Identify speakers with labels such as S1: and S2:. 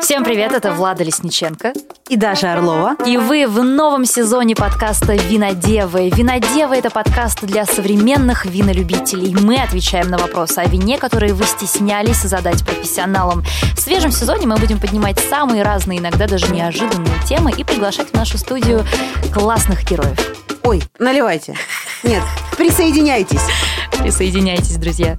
S1: Всем привет, это Влада Лесниченко.
S2: И Даша Орлова.
S1: И вы в новом сезоне подкаста «Винодевы». «Винодевы» — это подкаст для современных винолюбителей. Мы отвечаем на вопросы о вине, которые вы стеснялись задать профессионалам. В свежем сезоне мы будем поднимать самые разные, иногда даже неожиданные темы и приглашать в нашу студию классных героев.
S2: Ой, наливайте. Нет, присоединяйтесь.
S1: Присоединяйтесь, друзья.